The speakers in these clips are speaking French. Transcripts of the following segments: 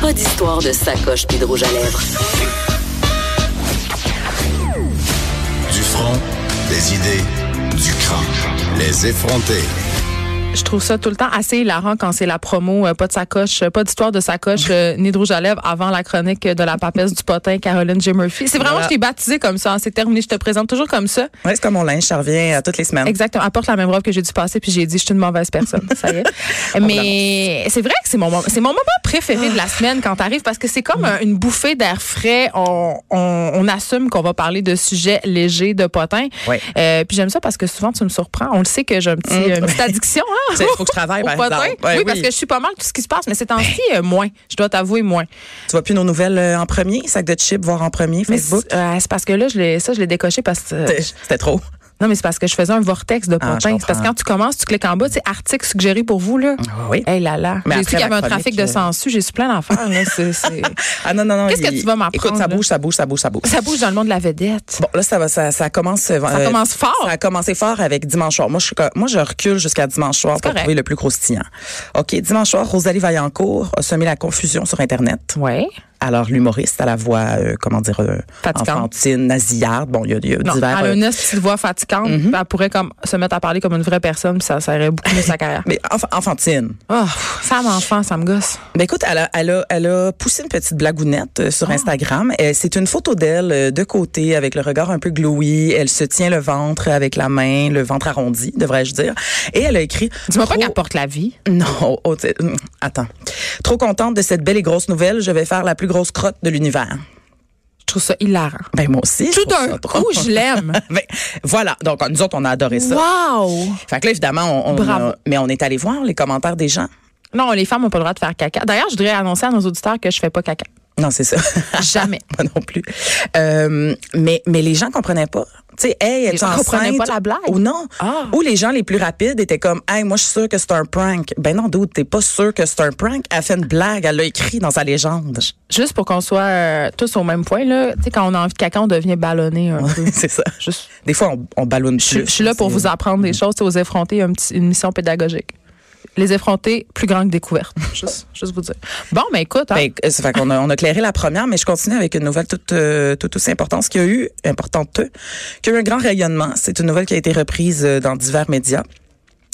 Pas d'histoire de sacoche puis de rouge à lèvres. Du front, des idées, du crâne. Les effronter. Je trouve ça tout le temps assez hilarant quand c'est la promo, euh, pas de sacoche, euh, pas d'histoire de sacoche, euh, ni de rouge à lèvres avant la chronique de la papesse du potin Caroline J. Murphy. C'est vraiment, Voilà. je t'ai baptisé comme ça, hein, c'est terminé, je te présente toujours comme ça. Ouais, c'est comme mon linge, ça revient euh, toutes les semaines. Exactement. Apporte la même robe que j'ai dû passer, puis j'ai dit, je suis une mauvaise personne. Ça y est. Mais c'est vrai que c'est mon, mom- c'est mon moment préféré de la semaine quand t'arrives, parce que c'est Mm. comme un- une bouffée d'air frais. On, on- on assume qu'on va parler de sujets légers, de potins. Ouais. Mm. Euh, puis j'aime ça parce que souvent, tu me surprends. On le sait que j'ai un petit, une petite addiction. Hein? C'est- faut que je travaille, au par potin. exemple. Ouais, oui, oui. Ben. parce que je suis pas mal tout ce qui se passe, mais ces temps-ci, euh, moins. Je dois t'avouer, moins. Tu vois plus nos nouvelles euh, en premier, sac de chips, voir en premier, Mais Facebook. c'est euh, c'est parce que là, je l'ai- ça, je l'ai décoché parce que... euh, C'était c'était trop. Non, mais c'est parce que je faisais un vortex de Ah, potins. je C'est parce que comprends. Ah quand tu commences, tu cliques en bas, tu sais, article suggéré pour vous, là. oui. Hey là là. Mais J'ai su après qu'il y la avait un chronique, trafic de euh, sangsues, j'ai su plein d'affaires, là. C'est- c'est- Ah non, non, non. Qu'est-ce que il- tu vas m'apprendre, Écoute, ça là? bouge, ça bouge, ça bouge, ça bouge. Ça bouge dans le monde de la vedette. Bon, là, ça, va, ça, ça commence. euh, Ça commence fort. Ça a commencé fort avec dimanche soir. Moi, je, suis co- moi, je recule jusqu'à dimanche soir pour correct. trouver le plus croustillant. OK, dimanche soir, Rosalie Vaillancourt a semé la confusion sur Internet. Ouais. Alors, l'humoriste à la voix, euh, comment dire, euh, Fatigante. enfantine, nasillarde. Bon, il y a, il y a Non, divers. Mm-hmm. elle a euh, une petite voix fatigante. puis Elle pourrait comme se mettre à parler comme une vraie personne, puis ça serait beaucoup mieux sa carrière. mais enf- enfantine. Oh, pff, femme, enfant, ça me gosse. Ben écoute, elle a, elle, a, elle a poussé une petite blagounette euh, Ah. sur Instagram. Euh, C'est une photo d'elle euh, de côté avec le regard un peu glowy. Elle se tient le ventre avec la main, le ventre arrondi, devrais-je dire. Et elle a écrit... Dis-moi pas Trop- qu'elle porte la vie. Non, oh, t'sais, hum, attends. Trop contente de cette belle et grosse nouvelle, je vais faire la plus grosse crotte de l'univers. Je trouve ça hilarant. Ben moi aussi. je Tout trouve d'un ça drôle. coup, je l'aime. Ben, voilà, donc nous autres, on a adoré ça. Wow! Fait que là, évidemment, on, on- Bravo. mais on est allé voir les commentaires des gens. Non, les femmes n'ont pas le droit de faire caca. D'ailleurs, je voudrais annoncer à nos auditeurs que je fais pas caca. Non, c'est ça. Jamais. Moi non plus. Euh, mais, mais les gens comprenaient pas. Tu sais, hey, gens comprenaient pas la blague. Ou non. Ah. Ou les gens les plus rapides étaient comme, hey, moi, je suis sûre que c'est un prank. Ben non, doute, t'es pas sûr que c'est un prank. Elle fait une blague, elle l'a écrit dans sa légende. Juste pour qu'on soit euh, tous au même point, là. Tu sais, quand on a envie de caca, on devient ballonné un peu. c'est ça. Juste. Des fois, on, on ballonne Mm. Je, Mm. je suis là pour vous apprendre des choses, tu sais, aux effrontés, un petit- une mission pédagogique. Les effrontés, plus grand que découverte. Juste, juste vous dire. Bon, mais écoute, hein, Ben, euh, ça fait qu'on a, on a clairé la première, mais je continue avec une nouvelle toute, euh, tout aussi importante, qui a eu, importante, qui a eu un grand rayonnement. C'est une nouvelle qui a été reprise euh, dans divers médias.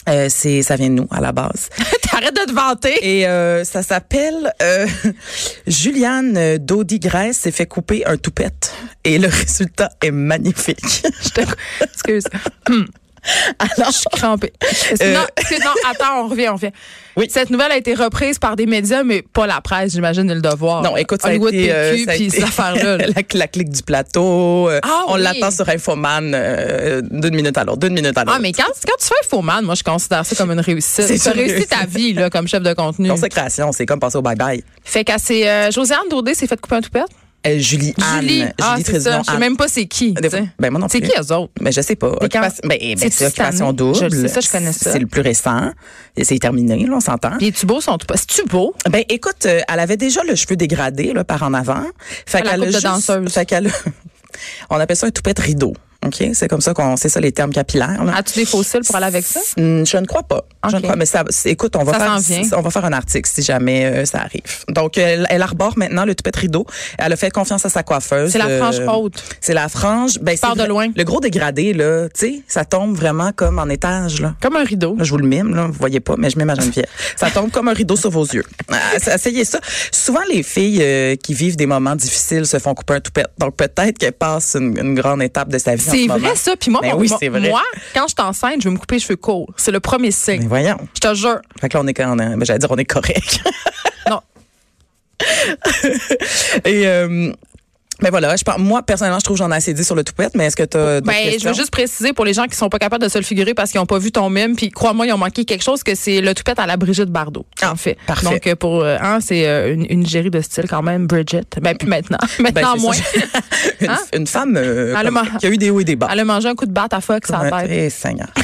Euh, c'est, ça vient de nous, à la base. t'arrêtes de te vanter. Et euh, ça s'appelle euh, Juliane Dodi Grace s'est fait couper un toupette et le résultat est magnifique. Je te- Excuse. Hum. Alors, Je suis crampée. Excuse- Euh. Non, excuse- non, attends, on revient, on revient. Oui. Cette nouvelle a été reprise par des médias, mais pas la presse, j'imagine, et le devoir. non, écoute, ça a Ah, Hollywood été, euh, PQ, ça a puis été cette affaire-là. là. la, la clique du plateau. euh, Ah on oui. l'attend sur Infoman euh, d'une minute à l'autre, d'une minute à l'autre. Ah, mais quand, quand tu fais Infoman, moi, je considère ça comme une réussite. C'est Tu as une réussi réussite. ta vie, là, comme chef de contenu. Consécration, c'est comme passer au bye-bye. Fait qu'à ces, euh, Josiane Daudé s'est fait couper un toupette. Euh, Julie Anne, Julie, ah, c'est ça. Julie Trésidon Je sais Anne. même pas c'est qui. Des fois- tu sais. ben, moi non c'est plus. qui eux autres? Mais je sais pas. quand- Occupation- ben, eh ben, C'est-tu c'est occupation cette double. année? Je- c'est ça, je connais ça. C'est le plus récent. Et C'est terminé, là, on s'entend. Les tubos sont tout pas. C'est-tu beau? Ben écoute, euh, elle avait déjà le cheveu dégradé là, par en avant. Fait À la qu'elle coupe a de juste- danseuse. Fait qu'elle a- on appelle ça un toupette rideau. OK, c'est comme ça qu'on c'est ça les termes capillaires là. As-tu des faux cils pour aller avec ça? Hmm, Je ne crois pas. Je ne OK. crois, mais ça, c'est- écoute, on va Ça s'en faire, vient. on va faire un article si jamais euh, ça arrive. Donc, elle, elle arbore maintenant le toupette rideau. Elle a fait confiance à sa coiffeuse. C'est la Euh, frange haute. C'est la frange. Ben, c'est pars de vrai- loin. Le gros dégradé là, tu sais, ça tombe vraiment comme en étage là. Comme un rideau. Là, je vous le mime, là, vous voyez pas, mais je mime à Geneviève. Ça tombe comme un rideau sur vos yeux. Ah, ça- Essayez ça. Souvent, les filles euh, qui vivent des moments difficiles se font couper un toupette. Donc, peut-être qu'elles passent une, une grande étape de sa vie. en C'est ce vrai, moment. ça. Puis moi, Ben mon- oui, mon- c'est vrai. Ben moi, quand je suis enceinte, je vais me couper les cheveux courts. C'est le premier Mais signe. voyons. Je te jure. Fait que là, on est, on est- ben, j'allais dire, on est correct. Non. Et, euh, ben voilà, je pense, moi, personnellement, je trouve que j'en ai assez dit sur le toupette, mais est-ce que tu as. Ben, je veux juste préciser pour les gens qui sont pas capables de se le figurer parce qu'ils ont pas vu ton mime, puis crois-moi, ils ont manqué quelque chose que c'est le toupette à la Brigitte Bardot. Ah, en fait. parfait. Donc euh, pour euh, hein, c'est euh, une, une gérie de style quand même, Bridget. Ben puis maintenant, maintenant moins. une, Hein? une femme euh, Elle a comme- ma- qui a eu des hauts et des bas. Elle a mangé un coup de batte à Fox à la tête. Eh, Seigneur.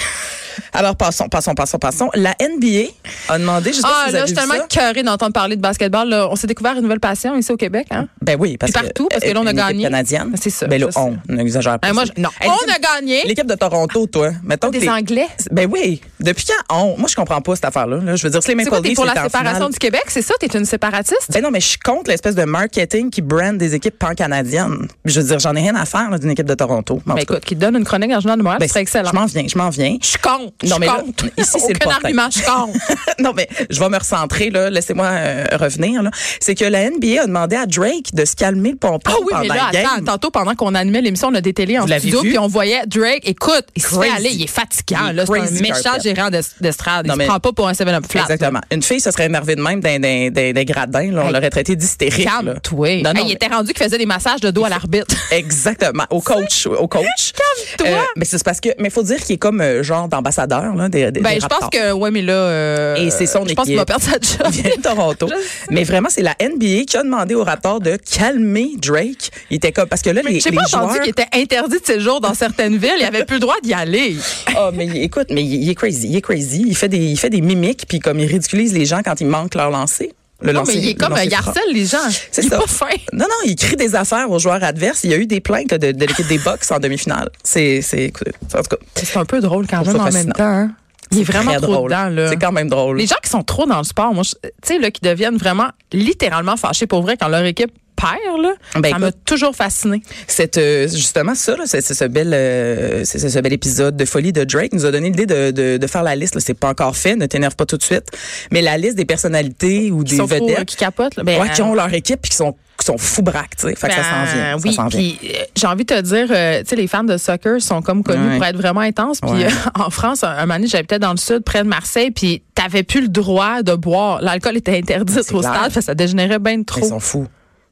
Alors, passons, passons, passons, passons. La NBA a demandé, je sais pas Ah, si vous là, avez je suis vu tellement ça. écœurée d'entendre parler de basketball. là. On s'est découvert une nouvelle passion ici au Québec. Hein? Ben oui, parce Puis que- partout, parce que là, on a une équipe gagné. canadienne. C'est ça, Ben là, ça, on n'exagère pas. Hein, moi, je- non. Hey, on a gagné. L'équipe de Toronto, toi. Mettons que Des t'es- Anglais. Ben oui. Depuis quand on? Moi, je comprends pas cette affaire-là. là. Je veux dire, c'est C'est les Maple quoi, t'es Leafs pour qui la étaient en séparation finale. du Québec? C'est ça? T'es une séparatiste? Ben non, mais je suis contre l'espèce de marketing qui brand des équipes pan-canadiennes. Je veux dire, j'en ai rien à faire là, d'une équipe de Toronto. Mais en Ben, tout cas, écoute, qui te donne une chronique dans le Journal de Montréal, ben, ce serait excellent. Je m'en viens, je m'en viens. Je suis contre. Non, je mais là, compte. ici, c'est le Aucun portail. argument, je compte. non, mais je vais me recentrer, là. Laissez-moi euh, revenir, là. C'est que la NBA a demandé à Drake de se calmer le pompon Ah oui, pendant mais là, la game. attends, tantôt, pendant qu'on animait l'émission, on a des télés en Vous l'avez studio, vu? puis on voyait Drake. Écoute, il se fait Crazy. aller, il est fatigant. Il est là. C'est un crazy, méchant Carpet. gérant d'es- d'estrade. Il Non, se mais- prend pas pour un 7-Up flat. Exactement. Une fille se serait énervée de même d'un d'un- d'un- d'un gradin, là. On Hey. l'aurait traité d'hystérique. là. Calme-toi. Non, non, Hey, Il mais- était rendu qu'il faisait des massages de dos à l'arbitre. Exactement, au coach, au coach. Euh, Calme-toi. mais c'est parce que, mais faut dire qu'il est comme euh, genre d'ambassadeur là, des, des- Ben, des je pense Raptors. que, ouais, mais là. euh, Et c'est son Je pense qu'il équipe. va perdre sa job. Il vient de Toronto. mais vraiment, c'est la NBA qui a demandé au Raptors de calmer Drake. Il était comme parce que là les, J'ai les pas joueurs. entendu qu'il était interdit de séjour dans certaines villes. Il avait plus le droit d'y aller. Ah, mais écoute, mais il, il est crazy, il est crazy. Il fait des, il fait des mimiques puis comme il ridiculise les gens quand il manque leur lancer. Le Non, lancer- mais il est le comme, lancer il franc. harcèle les gens. C'est Il est ça. pas fin. Non, non, il crie des affaires aux joueurs adverses. Il y a eu des plaintes là, de, de l'équipe des Bucks en demi-finale. C'est, c'est, écoute, en tout cas, C'est un peu drôle quand Je trouve même ça en même fascinant. temps. hein. Il est vraiment très trop drôle. dedans, là. C'est quand même drôle. Les gens qui sont trop dans le sport, moi, je- tu sais, là, qui deviennent vraiment littéralement fâchés pour vrai quand leur équipe perd, là, Ben, ça m'a écoute. toujours fasciné. Cette, euh, justement, ça, là, c'est, c'est ce bel, euh, c'est, c'est ce bel épisode de folie de Drake nous a donné l'idée de, de, de faire la liste. Là. C'est pas encore fait, ne t'énerve pas tout de suite. Mais la liste des personnalités ou Qui des sont trop, euh, vedettes qui capotent, là. Ben, ouais, qui ont leur équipe puis qui sont, qui sont fous braques, tu sais. Fait que ça s'en vient. Ben, Oui, ça s'en vient. puis euh, j'ai envie de te dire, euh, tu sais, les fans de soccer sont comme connus Ouais. pour être vraiment intenses. Puis Ouais. euh, en France, un, un moment donné, j'habitais dans le sud, près de Marseille, puis t'avais plus le droit de boire. L'alcool était interdit au c'est clair. stade, fait que ça dégénérait bien Ils trop. sont fous.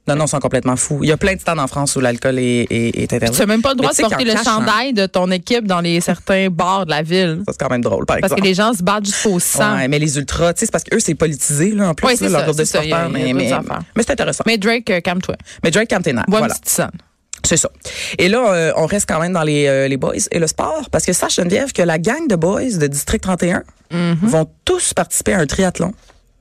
Non, non, ils sont complètement fous. Il y a plein de stands en France où l'alcool est, est, est interdit. Tu n'as même pas le droit Mais de tu porter sais qu'en le cachant- chandail de ton équipe dans les certains bars de la ville. Ça, c'est quand même drôle, par Parce que exemple. les gens se battent jusqu'au sang. Ouais, mais les ultras, tu sais, c'est parce que eux, c'est politisé, là, en plus, Ouais, là, c'est leur ça, groupe de c'est ça. Il y a- supporters. il y a Mais, d'autres mais, affaires. mais c'est intéressant. Mais, Mais Drake, euh, calme-toi. Drake Camtena, Bois voilà. une petite tisane. C'est ça. Et là, euh, on reste quand même dans les, euh, les boys et le sport, parce que sache, Geneviève, que la gang de boys de District 31 Mhm. vont tous participer à un triathlon.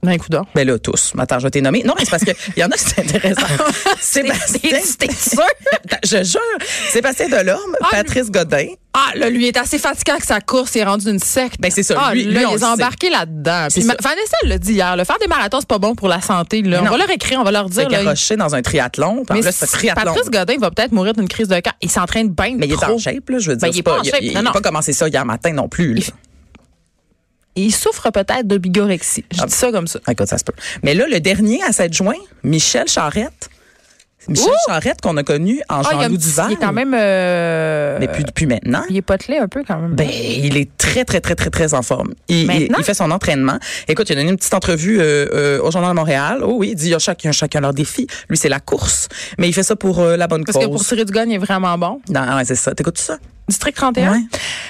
Ben, coup d'or. Ben là, tous. Mais Attends, je vais t'y nommer. Non, mais c'est parce qu'il y en a qui c'est intéressant. Sébastien, T'es sûr? Attends, je jure, Sébastien Delorme, Ah, Patrice Godin. Ah, là, lui, il est assez fatiguant que sa course il est rendue une secte. Ben, c'est ça. Ah, Lui- là, lui, on ils le sait. ont embarqué là-dedans. C'est Puis Ma- ça. Vanessa l'a dit hier, le faire des marathons, c'est pas bon pour la santé. Là. Mais On va non. leur écrire, on va leur C'est dire. là, il- garoché dans un triathlon. Puis en mais plus, c'est un triathlon. Patrice Godin va peut-être mourir d'une crise de cœur. Il s'entraîne bien mais il est trop. en shape, là, je veux Ben, dire. il c'est est pas en il- shape, Il non, n'a non. pas commencé ça hier matin non plus. là. Il souffre peut-être de bigorexie. Je Ah. dis ça comme ça. Ah, Écoute, ça se peut. Mais là, le dernier à 7 juin, Michel Charrette. Michel Ouh! Charrette qu'on a connu en Ah, il, y a un Jean-Loup petit- Duval. il est quand même. euh, Mais plus depuis maintenant. Il est potelé un peu quand même. Ben, il est très, très, très, très, très en forme. Il, il, Maintenant? il fait son entraînement. Écoute, il a donné une petite entrevue euh, euh, au Journal de Montréal. Oh oui, il dit, il y a chacun, chacun leur défi. Lui, c'est la course. Mais il fait ça pour euh, la bonne Parce que pour cause. tirer du gun, il est vraiment bon. Non, ouais, c'est ça. T'écoutes ça? District 31? Ouais.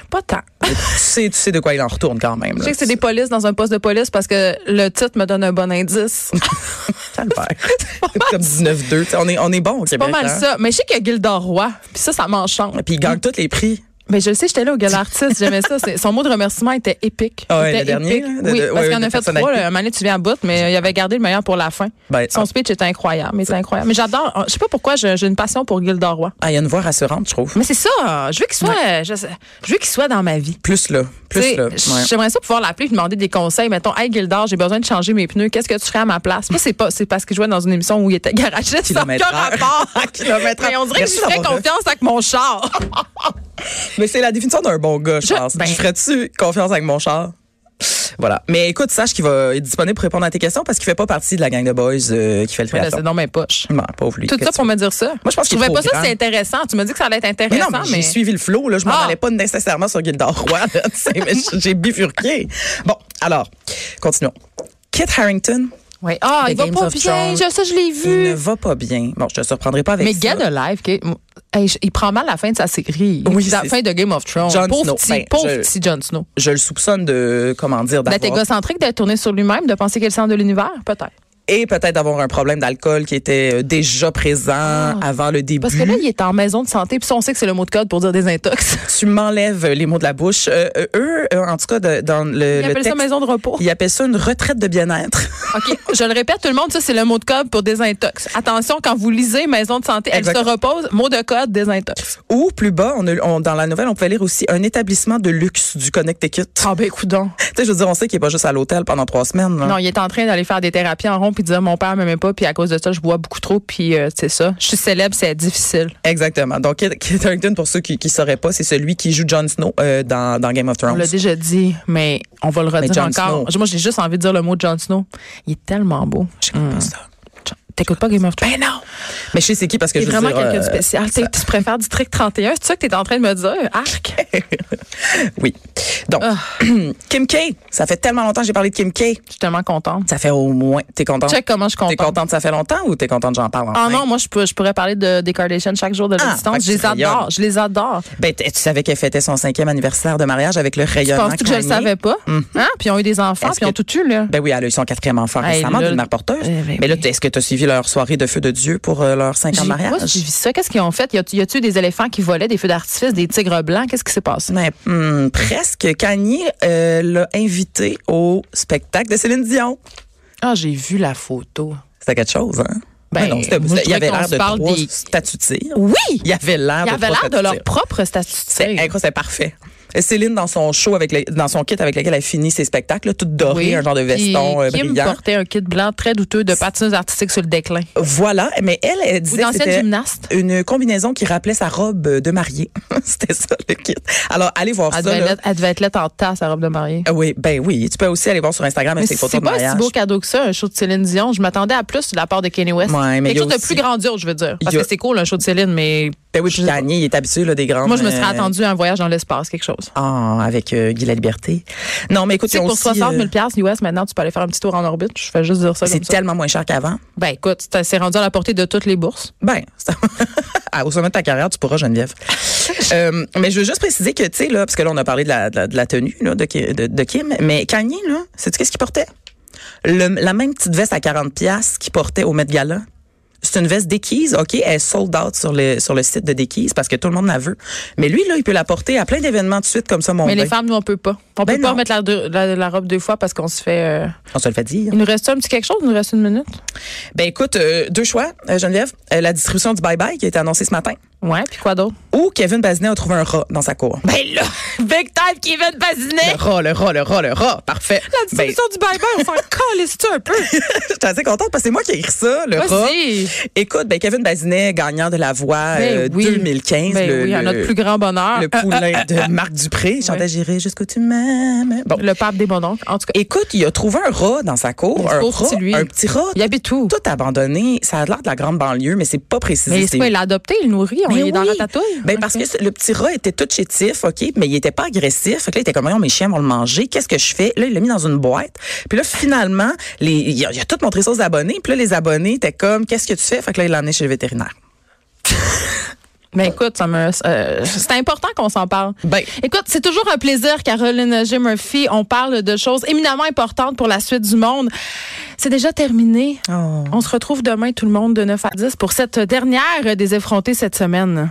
Pas tant. tu, sais, tu sais de quoi il en retourne quand même. Je sais que c'est des polices dans un poste de police parce que le titre me donne un bon indice. Comme 19-2. Tu sais, On est, on est bon au C'est Québec. pas mal hein? ça. Mais je sais qu'il y a Gildor Roy, puis ça, ça m'enchante. Puis il gagne tous les prix. Mais je le sais, j'étais là au Gala Artiste, j'aimais ça. C'est- Son mot de remerciement était épique. Ah ouais, Était le dernier, là, de- oui, de- parce ouais, qu'il en de a fait trois. personnalité. Là, un moment donné, tu viens à bout, mais euh, il avait gardé le meilleur pour la fin. Ben, Son ah. speech était incroyable, mais c'est incroyable. Mais j'adore, euh, je sais pas pourquoi, je- j'ai une passion pour Gildor Roy. Ah, il y a une voix rassurante, je trouve. Mais c'est ça, euh, je veux qu'il soit, euh, je, sais- je veux qu'il soit dans ma vie. Plus là. Plus Tu sais, là. j- Ouais. J'aimerais ça pouvoir l'appeler et lui demander des conseils. Mettons, Hey Gildor, j'ai besoin de changer mes pneus. Qu'est-ce que tu ferais à ma place? Moi, c'est pas, c'est parce que je jouais dans une émission où il était garagiste. Ça n'a aucun Kilomètre heure. rapport. Kilomètre heure. Mais on dirait que je Merci lui ferais d'avoir- confiance avec mon char. Mais c'est la définition d'un bon gars, je Je- pense. ben- Je ferais-tu confiance avec mon char? Voilà. Mais écoute, sache qu'il va être disponible pour répondre à tes questions parce qu'il fait pas partie de la gang de boys euh, qui fait le Ouais, là, triathlon. c'est dans mes poches. Non, pauvre lui. Tout ça Qu'est-ce pour me dire ça. Moi, je pense je qu'il trouvais est trop pas ça grand. c'est intéressant. Tu m'as dit que ça allait être Mais non, intéressant, mais, mais j'ai suivi le flow. Là. Je m'en Ah. allais pas nécessairement sur Gildor Roy. là, tu sais, mais j'ai- j'ai bifurqué. Bon, alors, continuons. Kit Harrington, Ouais. Ah, The il va Games pas of bien. Thrones. Je- ça je l'ai il ne vu. va pas bien. Bon, je te surprendrai pas avec Mais ça. Get Alive, qui est- Hey, je- il prend mal la fin de sa série. Oui, la c'est- fin de Game of Thrones. Jon pauvre Snow. petit, Ben, pauvre je- Bah, petit Jon Snow. Je le soupçonne de, comment dire, Ben, d'avoir... D'être égocentrique, d'être tourné sur lui-même, de penser qu'il est le centre de l'univers, peut-être. et peut-être d'avoir un problème d'alcool qui était euh, déjà présent avant le début. Ah. Parce que là, il est en maison de santé, puis ça, on sait que c'est le mot de code pour dire désintox. tu m'enlèves les mots de la bouche. Euh, euh, eux, euh, en tout cas, de- dans le, Ils le appellent ça texte, maison de repos. ils appellent ça une retraite de bien-être. OK. Je le répète, tout le monde, ça, c'est le mot de code pour désintox. Attention, quand vous lisez maison de santé, elle Exactement. se repose, mot de code, désintox. Ou plus bas, on, a- on- dans la nouvelle, on pouvait lire aussi un établissement de luxe du Connecticut. Ah, ben, coudon. Tu sais, je veux dire, on sait qu'il est pas juste à l'hôtel pendant trois semaines. là. Non, il est en train d'aller faire des thérapies en rond puis de dire mon père m'aimait pas puis à cause de ça je bois beaucoup trop puis euh, c'est ça. Je suis célèbre, c'est difficile. Exactement. Donc, Kit Kit Harington, pour ceux qui ne sauraient pas, c'est celui qui joue Jon Snow euh, dans, dans Game of On Thrones. l'a déjà dit, mais on va le Mais redire Jon encore. Moi j'ai juste envie de dire le mot de Jon Snow. Il est tellement beau. J'écoute pas ça. T'écoutes pas Game of Thrones? Ben non! Mais je sais c'est qui parce que T'es je veux vraiment dire, quelqu'un de euh, spécial. T'es- Tu préfères District 31? C'est ça que t'es en train de me dire? Arc? Eh. Oui. Donc, Ah. Kim K. Ça fait tellement longtemps que j'ai parlé de Kim K. Je suis tellement contente. Ça fait au moins. T'es contente? Check comment je suis T'es contente. contente, ça fait longtemps ou t'es contente, j'en parle Ah enfin? non, moi, je, peux- je pourrais parler de, des Kardashians chaque jour de la Ah, distance. fait que Je tu les adore. rayonnes. Je les adore. Ben, t- tu savais qu'elle fêtait son cinquième anniversaire de mariage avec le Tu rayonnement. penses que je le Kanye. savais pas? Hein? Puis ils ont eu des enfants, Hmm. Est-ce puis ils ont que- tout eu, là. Ben oui, elle a eu son quatrième enfant Hey, récemment là, d'une mère porteuse. eh ben Mais là, oui. t- est-ce que tu as suivi leur soirée de feu de Dieu pour euh, leur cinq ans de J'ai mariage? pas suivi ça. Qu'est-ce qu'ils ont fait? Y a-tu- Y a-tu des éléphants qui volaient, des feux d'artifice, des tigres blancs? Qu'est-ce qui s'est passé? Mais, hum, presque. Kanye euh, l'a invité au spectacle de Céline Dion. Ah, j'ai vu la photo. C'était quelque chose, hein? Ben, Mais non, c'était- moi, je il y avait trouvais qu'on l'air se de parle trois des- statues de tir. Oui! Il y avait l'air Ils de avaient l'air trois de statues leur tir. propre statut de bah, C'est tigre. incroyable, c'est parfait. Céline, dans son show, avec le- dans son kit avec lequel elle finit ses spectacles, là, toute dorée, Oui. un genre de Puis veston euh, Kim brillant. portait un kit blanc très douteux de patineuse artistique sur le déclin. Voilà, mais elle, elle Ou disait que d'ancienne c'était gymnaste. une combinaison qui rappelait sa robe euh, de mariée. C'était ça, le kit. Alors, allez voir Elle ça. devait, là. être, elle devait être là en tasse, sa robe de mariée. Ah Oui, ben oui. Tu peux aussi aller voir sur Instagram Mais ses c'est photos de pas un mariage. si beau cadeau que ça, un show de Céline Dion. Je m'attendais à plus de la part de Kanye West. Ouais, mais Quelque il y a chose de plus aussi- grandiose, je veux dire. Parce Il y a- que c'est cool, un show de Céline, mais Ben oui, puis Je sais Kanye, il est habitué là, des grandes. moi, je me euh, serais attendu à un voyage dans l'espace, quelque chose. Ah, avec euh, Guy La Liberté. Non, mais écoute, Tu sais, ils ont pour aussi, 60 euh, 000 piastres US, maintenant, tu peux aller faire un petit tour en orbite. Je fais juste dire ça c'est comme ça. tellement moins cher qu'avant. Ben, écoute, c'est- c'est rendu à la portée de toutes les bourses. Ben, c'est- Ah, au sommet de ta carrière, tu pourras, Geneviève. Euh, mais je veux juste préciser que, tu sais, là, parce que là, on a parlé de la, de la- de la tenue là, de, Ki- de- de Kim, mais Kanye, là, sais-tu qu'est-ce qu'il portait? Le- la même petite veste à 40 pièces qu'il portait au Met Gala. C'est une veste Dickies, OK? Elle est sold out sur le, sur le site de Dickies parce que tout le monde la veut. Mais lui, là, il peut la porter à plein d'événements de suite comme ça, mon Mais les bain. femmes, nous, on peut pas. On Ben peut pas non. remettre la, deux- la- la robe deux fois parce qu'on se fait. euh, On se le fait dire. Il nous reste un petit quelque chose? Il nous reste une minute? Ben écoute, euh, deux choix, euh, Geneviève. Euh, la distribution du bye-bye qui a été annoncée ce matin Ouais, puis quoi d'autre? ou Kevin Bazinet a trouvé un rat dans sa cour. Ben là, Big Time Kevin Bazinet! Le rat, le rat, le rat, le rat. Parfait. La distribution du bye-bye, on s'en calisse-tu un peu? Ben, je suis assez contente parce que c'est moi qui ai écrit ça, le rat. Vas-y! Écoute, ben, Kevin Bazinet, gagnant de la voix Ben euh, oui. 2015. Ben le, oui, à le- notre plus grand bonheur. euh, le poulain de Marc Dupré. Chantais, j'irai jusqu'où tu m'aimes. Bon. Le pape des bonhons. En tout cas, Écoute, il a trouvé un rat dans sa cour. Mais Un, c'est pauvre rat, petit, lui. un petit rat. il habite où? Tout abandonné. Ça a l'air de la grande banlieue, mais c'est pas précisé. Mais c'est c'est quoi, il l'a adopté, il le nourrit, on Ben est dans oui. Ratatouille? Ben parce que le petit rat était tout chétif, OK, mais il était pas agressif. Fait que là, il était comme, voyons, mes chiens vont le manger. Qu'est-ce que je fais? Là, il l'a mis dans une boîte. Puis là, finalement, les, il, a, il a tout montré ça aux abonnés. Puis là, les abonnés étaient comme, qu'est-ce que tu fais? Fait que là, il l'a emmené chez le vétérinaire. Mais Ben, écoute, ça me, euh, c'est important qu'on s'en parle. Ben. Écoute, c'est toujours un plaisir, Caroline G. Murphy. On parle de choses éminemment importantes pour la suite du monde. C'est déjà terminé. Oh. On se retrouve demain, tout le monde, de 9 à 10 pour cette dernière des effrontés cette semaine.